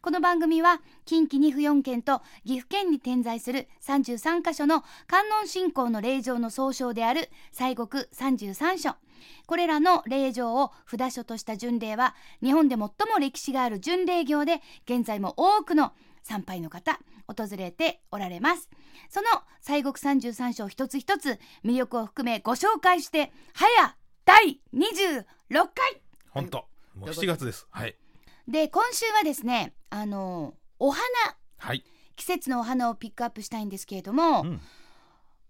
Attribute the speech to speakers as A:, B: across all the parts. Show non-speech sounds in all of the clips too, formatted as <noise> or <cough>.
A: この番組は近畿2府4県と岐阜県に点在する33カ所の観音信仰の霊場の総称である西国33所これらの霊場を札所とした巡礼は日本で最も歴史がある巡礼業で現在も多くの参拝の方訪れておられますその西国33所を一つ一つ魅力を含めご紹介して早第26回
B: 本当もう7月ですはい
A: で今週はですねあのお花
B: はい、
A: 季節のお花をピックアップしたいんですけれども、
B: うん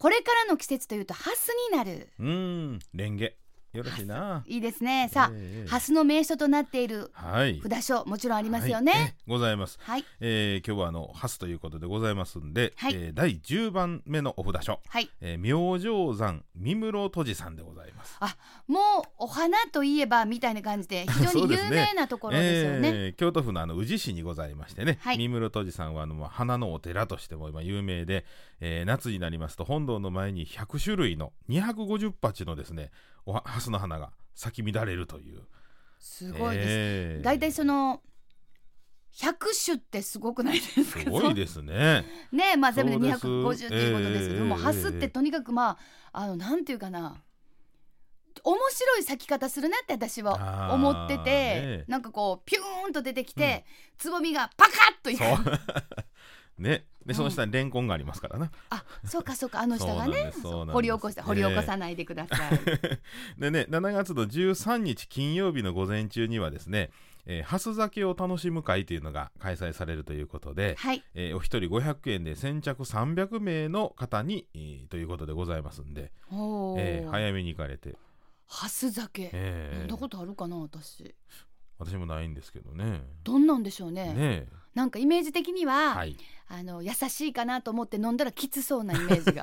A: これからの季節というとハスになる
B: うーんレンゲよろしいない
A: いですねさあ、
B: ええ
A: ハスの名所となっている
B: はい
A: 札所もちろんあ
B: あ
A: りますよね
B: ございます
A: はい
B: えー、今日はあのハスということでございますんで、
A: はい
B: えー第10番目のお札所、
A: はい
B: えー、明星山三室戸寺さんでございます
A: もうお花といえばみたいな感じで非常
B: そ
A: に
B: うです
A: 有
B: ね
A: 名なところですよね
B: えー京都府のあの宇治市にございましてね、
A: はい
B: 三室戸寺さんはあのまあ花のお寺としても今有名で、えー夏になりますと本堂の前に100種類の250鉢のですねおはハスの花が咲き乱れるという
A: すごいです、
B: えー
A: 大体その100種ってすごくないですか
B: すごいですね。
A: そうねまあ全部で
B: そうです
A: 250っていうことですけども、
B: ええ
A: ハスってとにかくまああのなんていうかな面白い咲き方するなって私は思ってて、
B: あーね
A: なんかこうピューンと出てきて、つぼみがパカッとい
B: そうね、でその下にレンコンがありますからな。
A: あ <laughs> そうかそうかあの下が
B: そうなん
A: ね
B: ですそうなんです
A: 掘り起こして掘り起こさないでください、
B: <laughs> でね7月の13日金曜日の午前中にはですね、えー、ハス酒を楽しむ会というのが開催されるということで、
A: はい
B: えーお一人500円で先着300名の方に、えーということでございますんで、
A: おー
B: えー早めに行かれて、
A: ハス酒、
B: えー
A: 飲んだことあるかな私
B: 私もないんですけどね。
A: どんなんでしょうね
B: ね
A: なんかイメージ的に
B: え
A: は、
B: はい
A: あの優しいかなと思って飲んだらきつそうなイメー
B: <laughs>
A: ジが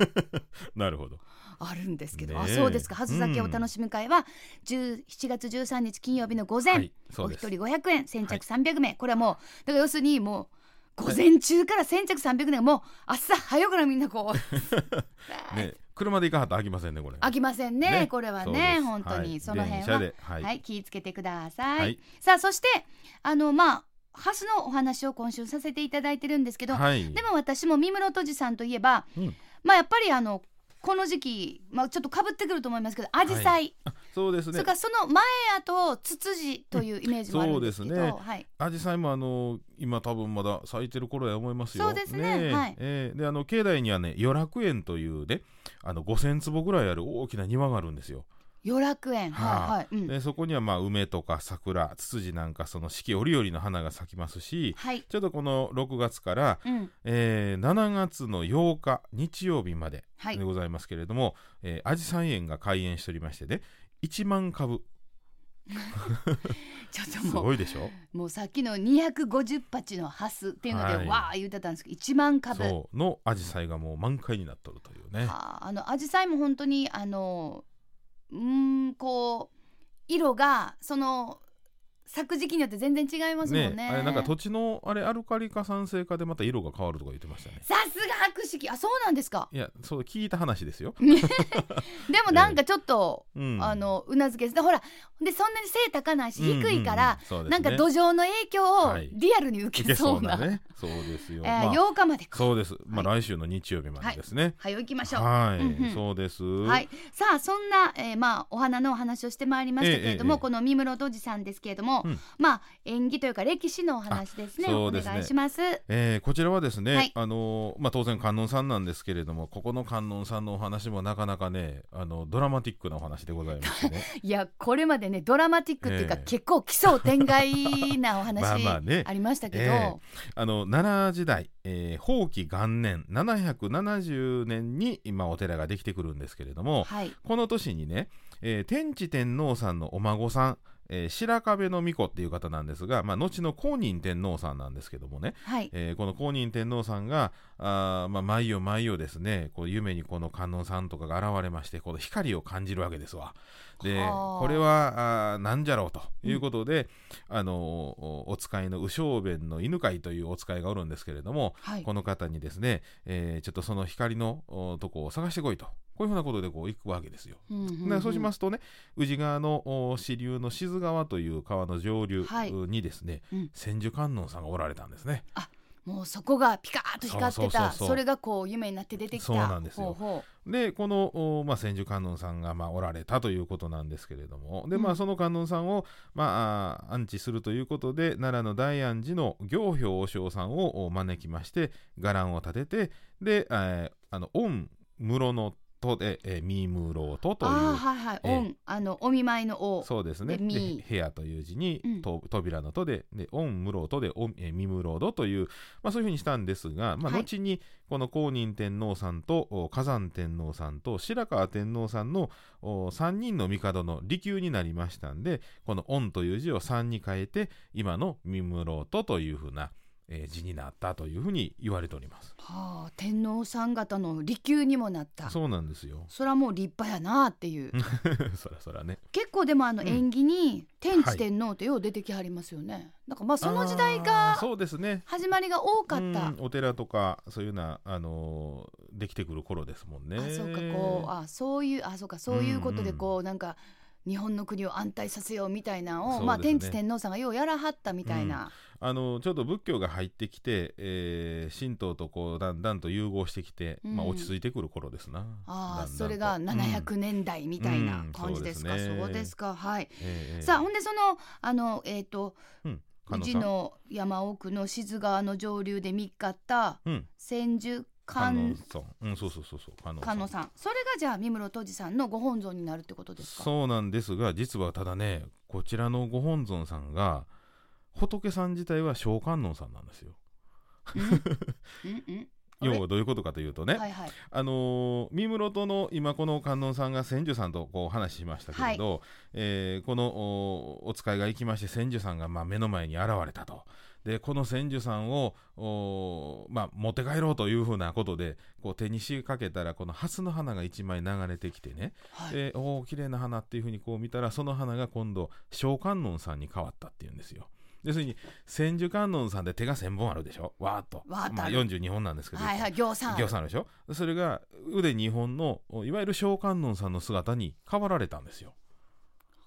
B: なるほど
A: あるんですけど、
B: ね
A: あ
B: え
A: そうですか初酒を楽しむ会は、7月13日金曜日の午前、
B: はいそ
A: お
B: うで
A: 一
B: す
A: 人500円先
B: はい
A: 着300名、これはもうだから要するにもう午前中から先着300名もう朝早くからみんなこう
B: <laughs> ね車で行かはったら飽きませんねこ
A: <laughs>
B: れ
A: 飽きませんね
B: ね
A: これは
B: そうで
A: ね
B: す
A: 本当に、
B: はい
A: その辺
B: 電車
A: は、
B: ではい、
A: はい、気をつけてください、
B: はい
A: さあそしてあのまあハスのお話を今週させていただいてるんですけど、
B: はい
A: でも私も三室戸寺さんといえば、
B: うん
A: まあやっぱりあのこの時期、まあ、ちょっとかぶってくると思いますけど紫陽花、
B: はそうです
A: そ
B: ね
A: れからその前あとツツジというイメージもあるんですけど、
B: そうですね
A: はい、
B: アジサイもあの今多分まだ咲いてる頃や思いますよ。
A: そうですね
B: え
A: はい
B: えーであの境内にはね与楽園というねあの5,000坪ぐらいある大きな庭があるんですよ。
A: 与楽園はいはい、うん
B: でそこにはまあ梅とか桜ツツジなんかその四季折々の花が咲きますし
A: はい、
B: ちょっとこの6月から、
A: うん
B: えー7月の8日日曜日まで
A: はい
B: で、ございますけれども、えー、アジサイ園が開園しておりましてね1万株
A: ちょっ
B: す
A: とも
B: ごいでしょ
A: うもうさっきの250鉢のハスっていうので、
B: はい
A: わー言うてたんですけど1万株
B: そうのアジサイがもう満開になっとるというね。
A: あーあの紫陽花も本当にあのうーんこう色がその咲く時期によって全然違いますもんね。
B: あれなんか土地のあれアルカリ化酸性化でまた色が変わるとか言ってましたね
A: さすが博識あそうなんですか。
B: いやそう聞いた話ですよ、
A: でもなんかちょっと、
B: うん、
A: あのうなずけです。ほらでそんなに背高ないし
B: うんうんうん
A: 低いから、
B: そうで
A: な
B: すね
A: んか土壌の影響を
B: はい
A: リアルに受
B: い
A: け
B: け
A: そ
B: そうう
A: な。
B: なねそうですよ、
A: えー
B: まあ
A: 8日までか。
B: そうですまあ、来週の日曜日までですね
A: はい行きましょう。
B: はい、
A: うんうん
B: そうです
A: はい、さあそんな、えーまあ、お花のお話をしてまいりましたけれども、
B: ええええ
A: この三室戸寺さんですけれども、
B: うん
A: まあ縁起というか歴史のお話ですね
B: あそ
A: お
B: うですね
A: 願いします。
B: えーこちらはですね、
A: はい
B: あのーまあ、当然観音さんなんですけれどもここの観音さんのお話もなかなかねあのドラマティックなお話でございましてね
A: いやこれまでねドラマティックっていうか、
B: ええ
A: 結構奇想天外なお話
B: <laughs> まあまあね
A: りましたけど、
B: ええあの奈良時代、えー、宝亀元年770年に今お寺ができてくるんですけれども、
A: はい
B: この年にね、えー天智天皇さんのお孫さん、えー白壁の巫女っていう方なんですが、まあ、後の公認天皇さんなんですけどもね、
A: はい
B: えーこの公認天皇さんがあー、まあ、毎夜毎夜ですねこう夢にこの観音さんとかが現れましてこの光を感じるわけですわ。で
A: はあ
B: これはあーなんじゃろうということで、あのーおお使いの右小弁の犬飼というお使いがおるんですけれども、
A: はい
B: この方にですね、えーちょっとその光のおとこを探してこいとこういうふうなことでこう行くわけですよ。
A: うん。
B: だからそうしますすとね宇治川のお支流の志津川という川の上流
A: はい
B: にですね、
A: うん
B: 千手観音さんがおられたんですね。
A: もうそこがピカーッと光って
B: そうそう
A: た。
B: そうそう
A: それがこう夢になって出てきた。
B: そうなんです
A: ほう
B: よ
A: ほ
B: でこの、おまあ、千手観音さんが、まあ、おられたということなんですけれどもで、ま
A: う
B: あ、
A: ん
B: その観音さんを、まあ、あー安置するということで奈良の大安寺の行表和尚さんをお招きまして伽藍を立ててで、えーあの御室の戸で、えー、三室戸
A: う
B: とい
A: ああ
B: う
A: はいはい。
B: ええ
A: おんあのお見舞いのお。
B: そうですね。
A: でみ
B: で部屋という字に、
A: うん
B: と扉のとで、で、御室とで、御えー御室戸という、まあそういうふうにしたんですが、まあ
A: はい
B: 後に、この公認天皇さんと、お火山天皇さんと、白川天皇さんのお3人の帝の離宮になりましたんで、この御という字を3に変えて、今の御室戸というふうな、えー字になったというふうに言われております。
A: はあ天皇さん方の離宮にもなった。。
B: そうなんですよ <laughs>
A: それはもう立派やなっていう。
B: そらそらね。
A: 結構でもあの
B: うん
A: 縁起に天
B: は
A: 智
B: い
A: 天皇ってよう出てきはりますよね。なんかまあその時代
B: あー
A: が
B: そうですね。
A: 始まりが多かった。
B: うんお寺とかそういうなあのーできてくる頃ですもんね。
A: あそうかこうあそういうあそうかそういうこと
B: うん
A: で
B: うん
A: こう、なんか日本の国を安泰させようみたいなのを、
B: そうですね
A: まあ天智天皇さんがようやらはったみたいな、
B: あのちょっと仏教が入ってきて、えー神道とこうだんだんと融合してきて、
A: うん
B: まあ落ち着いてくる頃ですな。
A: あ
B: だんだ
A: あ
B: んと
A: それが700
B: うん
A: 年代みたいな
B: うん
A: 感じですか、
B: そうですね
A: そうですかはい、
B: えーえー
A: さあほんでそのあのえっ、と
B: うん
A: 宇
B: 観音
A: 治
B: さん
A: の山奥の志津川の上流で見っかった
B: うん
A: 千住
B: 観音
A: 観
B: さん、うんそうそうそうそう観音さ
A: 観
B: ん
A: 音さんそれがじゃあ三室戸次さんのご本尊になるってことですか
B: そうなんですが実はただねこちらのご本尊さんが仏さん自体は小観音さんなんですよ。 <laughs>
A: うんうんうんあ
B: 要
A: れ
B: はどういうことかというとね、
A: はいはい
B: あのー三室戸の今この観音さんが千住さんとこうお話ししましたけれど、えーこのおお使いが行きまして千住さんがまあ目の前に現れたと。でこの千住さんを、おまあ、持って帰ろうというふうなことでこう手に仕掛けたらこの蓮の花が一枚流れてきてね、
A: はい
B: でおお綺麗な花っていうふうにこう見たらその花が今度小観音さんに変わったっていうんですよ。要するに千手観音さんで手が1,000本あるでしょわーっと
A: わーっと
B: まあ、
A: ある
B: 42本なんですけど、
A: はいはい行さん
B: 行さんあるでしょそれが腕2本のいわゆる小観音さんの姿に変わられたんですよ、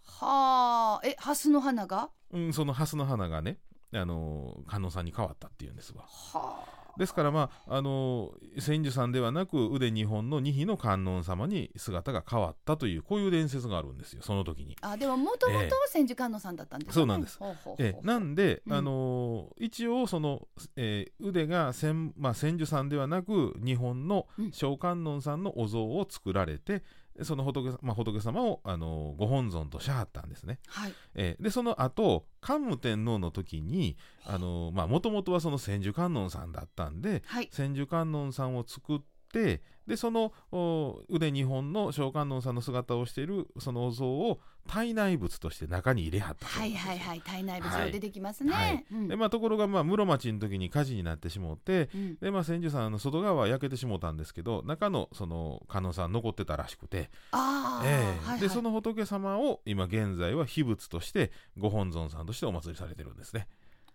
A: はあえ蓮の花が
B: うん、その蓮の花がねあのー観音さんに変わったっていうんですわ
A: は
B: ですからまああのー千手さんではなく腕2本の2匹の観音様に姿が変わったというこういう伝説があるんですよその時に
A: ああでももともと
B: ええ
A: 千手観音さんだったんですね
B: そうなんです
A: ほうほうほう
B: ええなんで、
A: うん
B: あのー一応その、えー腕が千,、まあ、千手さんではなく日本の
A: うん
B: 小観音さんのお像を作られて、その仏,、まあ、仏様を、あのーご本尊としはったんですね。
A: はい
B: えーでその後桓武天皇の時にもともとはその千手観音さんだったんで
A: はい
B: 千手観音さんを作ってでそのお腕2本の小観音さんの姿をしているそのお像を体内仏として中に入れはったそ
A: は
B: うなん
A: い
B: ですよ
A: はいはい体内物
B: は
A: が
B: い
A: 出てきますね、
B: はい
A: うん
B: でまあ、ところが、まあ、室町の時に火事になってしもって
A: うん
B: で、まあ、千住さんの外側は焼けてしもたんですけど中のその観音さん残ってたらしくて、
A: ああ、
B: ええ
A: はいはい
B: でその仏様を今現在は秘仏としてご本尊さんとしてお祭りされてるんですね。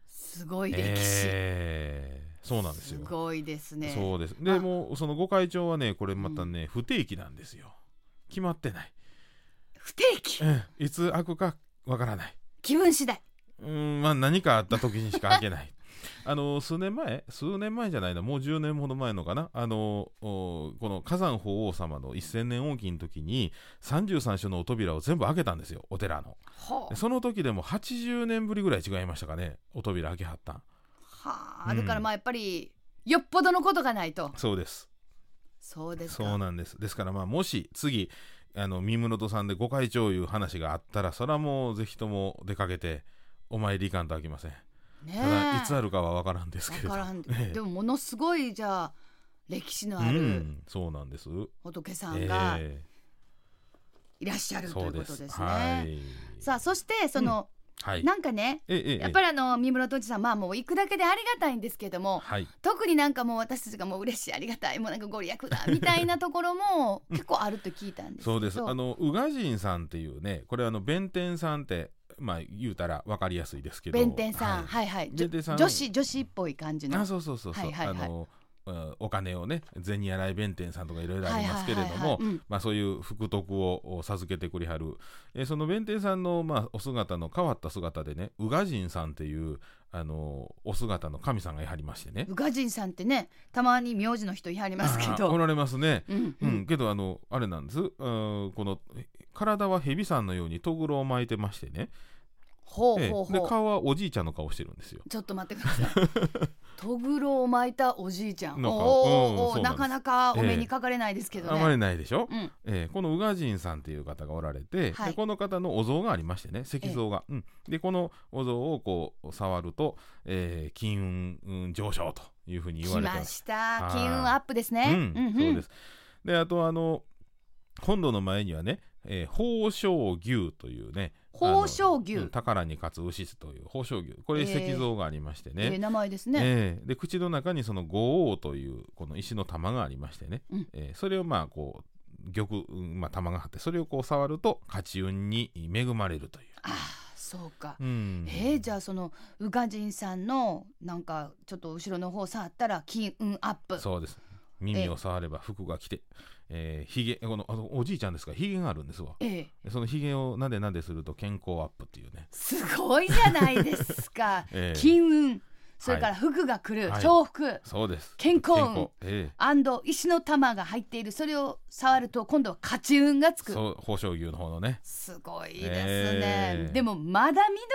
A: すごい歴史、
B: ええそうなんですよ。
A: ごいですね
B: そうです
A: あ
B: でもうそのご会長はねこれまたね、不定期なんですよ。決まってない。
A: 不定期
B: うんいつ開くかわからない。
A: 気分次第
B: うーんまあ何かあった時にしか開けない <laughs> あの数年前数年前じゃないなもう10年ほど前のかなあのおこの火山法皇様の1000年王期の時に33所のお扉を全部開けたんですよお寺の
A: は
B: でその時でも80年ぶりぐらい違いましたかねお扉開けはったん
A: あ、は
B: う
A: あ、
B: ん
A: だからまあやっぱりよっぽどのことがないと
B: そうです
A: そうですか
B: そうなんですですからまあもし次あの三室戸さんでご会長いう話があったらそれはもうぜひとも出かけてお参り行かんとあきません、
A: ねえ
B: ただいつあるかは分からんですけ
A: わ
B: れど
A: からんで,、
B: ええ
A: もものすごいじゃあ歴史のあ
B: う
A: る
B: ん、そうなんです。
A: 仏さんが
B: え
A: いらっしゃ
B: え
A: るとい
B: そう
A: こ
B: うで
A: と
B: す。
A: ですね。
B: はい。
A: さあそしてその、
B: はい。
A: なんかね
B: ええええ
A: やっぱりあの三室戸次さんまあもう行くだけでありがたいんですけども
B: はい。
A: 特になんかもう私たちがもう嬉しいありがたいもうなんかご利益だみたいなところも結構あると聞いたんですけど
B: そうです。あの宇賀神さんっていうね、これあの弁天さんってまあ言うたらわかりやすいですけど。
A: 弁天さん、
B: はい
A: はい、はい
B: 弁天さん
A: 女子女子っぽい感じの
B: あ、そうそうそうそう。
A: はいはいはい
B: あのうんお金をね銭洗弁天さんとかいろいろありますけれども
A: うん
B: まあ、そういう福徳を授けてくれはる、えーその弁天さんの、まあ、お姿の変わった姿でね宇賀神さんっていう、あのーお姿の神さんがいはりましてね
A: 宇賀神さんってねたまに名字の人言いはりますけ
B: あーお
A: ど
B: られますね、
A: うん
B: う
A: うんん
B: けどあのあれなんですうーんこの体は蛇さんのようにとぐろを巻いてましてね
A: ほ
B: え
A: う
B: え
A: ほうほ
B: で
A: う
B: 顔はおじいちゃんの顔してるんですよ。
A: ちょっと待ってくださ
B: <laughs>
A: いとぐろを巻いたおじいちゃん
B: なんかうん
A: おーおーおー
B: そうな
A: な
B: んです
A: かなかお目にかかれないですけど
B: あま
A: ね、
B: りないでしょ、
A: うん
B: えーこの宇賀神さんっていう方がおられて、
A: はい
B: でこの方のお像がありましてね石像が、うん、でこのお像をこう触ると、えー金運うん上昇というふうに言わ
A: 来
B: れて
A: ま
B: ます
A: した
B: あー
A: 金運アップですね、
B: うんそうですすであとあの本堂の前にはね、えー、宝生牛というね
A: 宝生牛
B: あのうん宝に勝つ牛という宝生牛これ石像がありましてね、
A: ええ名前ですね、
B: ええで口の中にその五王というこの石の玉がありましてね、
A: うん
B: えーそれをまあこう玉、うんまあ、玉が張ってそれをこう触ると勝ち運に恵まれるという。
A: ああそうか、
B: うん
A: えー、じゃあその宇賀神さんのなんかちょっと後ろの方触ったら金運アップ
B: そうです耳を触れば服が着て、えー、ひげこのあのおじいちゃんですからひげがあるんですわ
A: ええ
B: そのひげをなでなですると健康アップっていうね、
A: すごいじゃないですか
B: <laughs> ええ
A: 金運それから服が来る、
B: はい
A: 重複
B: そうです
A: 健康運
B: ええ
A: 石の玉が入っているそれを触ると今度は勝ち運がつく
B: そう宝生牛の方のね
A: すごいですね、
B: ええ
A: でもまだ見どこ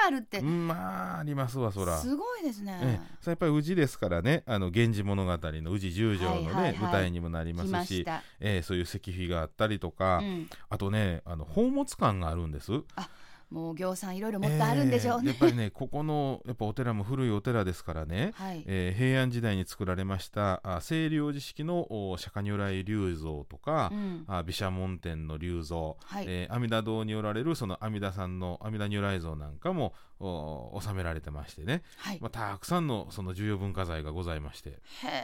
A: ろがあるって
B: うんまあありますわそら
A: すごいです
B: え
A: ね
B: え、それやっぱり宇治ですからね「あの源氏物語」の宇治十条のね、
A: はいはいはい
B: 舞台にもなりま
A: 来ますし、
B: したええそういう石碑があったりとか、
A: うん、
B: あとねあの宝物館があるんです。
A: もう行さんいろいろもっとあるんでしょう
B: ええ
A: ね、
B: やっぱりねここのやっぱお寺も古いお寺ですからね、
A: はい、
B: ええ平安時代に作られましたあ清涼寺式のお釈迦如来立像とか
A: う、ん
B: あ毘沙門天の立像、
A: はい、
B: えー阿弥陀堂におられるその阿弥陀さんの阿弥陀如来像なんかもお収められてましてね、
A: はい
B: まあ、たくさんのその重要文化財がございまして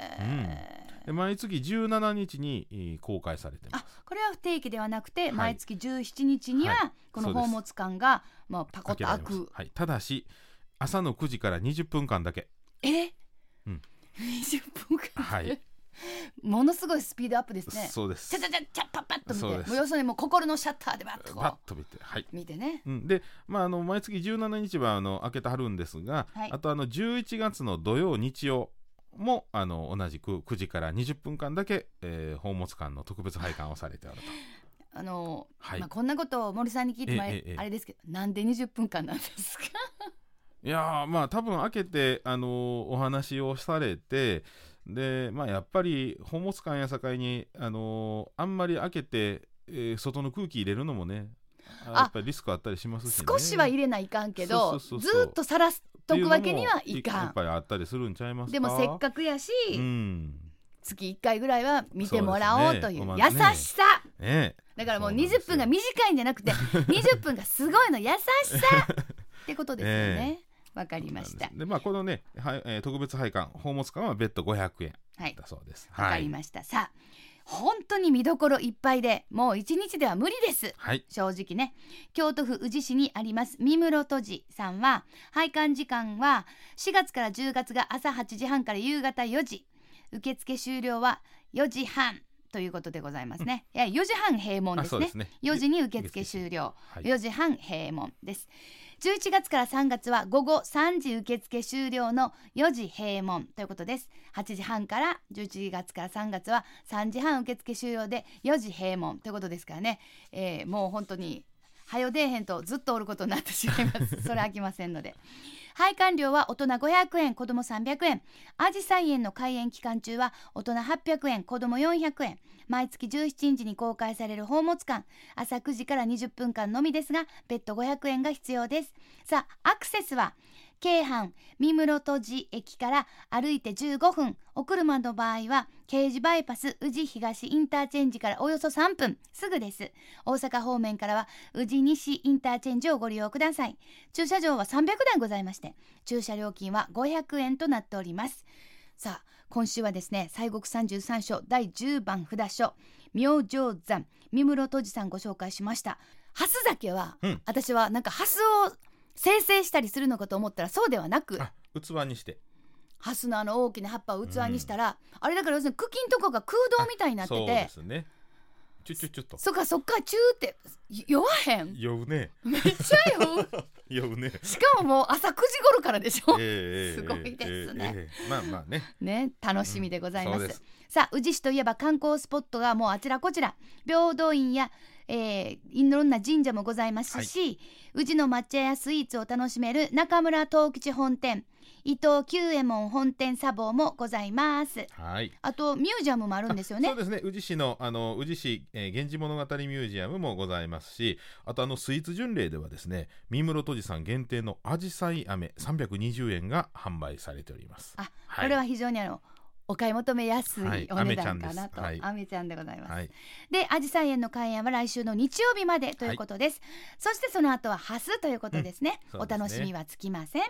A: へえ、
B: で毎月17日にえー公開されて
A: あ
B: ます。
A: これは不定期ではなくて、
B: い
A: 毎月17日には、
B: は
A: この
B: そうです
A: 宝物館が、まあ、パコッと開
B: 開けられま
A: く
B: すはい、ただし朝の9時から20分間だけ、
A: え、
B: うん
A: 20分間で、
B: はい
A: <laughs> ものすごいスピードアップですね
B: そうです
A: ちゃちゃちゃちゃパッパッと見て
B: そう
A: も
B: です
A: う要するにもう心のシャッターでバッとこ
B: パ
A: う
B: ッと見て、はい
A: 見てね
B: うん、で、まあ、あの毎月17日はあの開けてはるんですが、
A: はい
B: あとあの11月の土曜日曜もあの同じく9時から20分間だけ、えー、宝物館の特別拝観をされておると。
A: あの、
B: はい
A: まあ、こんなことを森さんに聞いてもあ
B: え
A: れ
B: えええ
A: あれですけどなんで20分間なんですか
B: いやーまあ多分開けて、あのーお話をされてで、まあ、やっぱり宝物館や境に、あのーあんまり開けて、えー外の空気入れるのもねあ
A: あ
B: やっぱりリスクあったりしますし、ね、
A: 少しは入
B: れ
A: れないかんけど
B: そうそう
A: ず
B: そうそう
A: ーっとさらすとくわけにはい
B: や
A: か
B: っぱりあったりするんちゃいま
A: ん
B: すか
A: でもせっかくやし、
B: うん
A: 月1回ぐらいは見てもらおうという
B: そう
A: 優
B: ですね
A: しさ
B: ねえ
A: だからもう
B: そうなんで
A: 20
B: すよ
A: 分が短いんじゃな
B: <laughs>
A: くて20分がすごいの優しさってことですよ
B: <laughs>
A: ねわ、かりました
B: でまあこのね、はいえー特別拝観宝物館は別途500円
A: はい
B: だそうです。
A: わかりました、さあ本当に見どころいっぱいでもう一日では無理です
B: はい、
A: 正直ね京都府宇治市にあります三室戸寺さんは拝観時間は4月から10月が朝8時半から夕方4時受付終了は4時半ということでございますね、いや4時半閉門
B: あ
A: です
B: そうで
A: ね
B: すね。
A: 4時に受付終了
B: はい
A: 4時半閉門です11月から3月は午後3時受付終了の4時閉門ということです8時半から11月から3月は3時半受付終了で4時閉門ということですからね、えーもう本当に早出えへんとずっとおることになってしまいます
B: <laughs>
A: それ飽きませんので配管料は大人500円子ども300円アジサイ園の開園期間中は大人800円子ども400円毎月17日に公開される宝物館朝9時から20分間のみですが別途500円が必要ですさあアクセスは京阪三室戸寺駅から歩いて15分お車の場合は京寺バイパス宇治東インターチェンジからおよそ3分すぐです大阪方面からは宇治西インターチェンジをご利用ください駐車場は300台ございまして駐車料金は500円となっておりますさあ今週はですね西国三十三所第10番札所明星山三室戸寺さんご紹介しましたハス酒は、
B: うん
A: 私はなんかハスを生成したりするのかと思ったらそうではなく
B: あ器にして
A: ハスのあの大きな葉っぱを器にしたら、あれだから要するに茎んとこが空洞みたいになって
B: そう
A: て
B: ですねちょちょちょっと
A: そっかそっかチューって酔わへん
B: 酔うね
A: めっちゃ酔
B: <laughs>
A: う
B: 酔うね
A: しかももう朝9時頃からでしょ、
B: え
A: すごいですね
B: ええまあまあね
A: ね楽しみでございます,、
B: そうです
A: さあ宇治市といえば観光スポットがもうあちらこちら平等院や、えー、いろんな神社もございますし、宇治の抹茶やスイーツを楽しめる中村東吉本店伊藤久右衛門本店茶房もございます
B: はい
A: あとミュージアムもあるんですよね
B: そうですね宇治市のあの宇治市、えー源氏物語ミュージアムもございますしあとあのスイーツ巡礼ではですね三室戸寺さん限定のアジサイ飴320円が販売されております
A: あ、
B: はい
A: これは非常にあのお買い求めやす
B: はい
A: いお値段かなと、
B: アメちゃんですはい
A: アメちゃんでございます、
B: はい
A: でアジサイ園の開園は来週の日曜日までということです、そしてその後はハスということですね,、
B: うんそうです
A: お
B: ね
A: 楽しみはつきません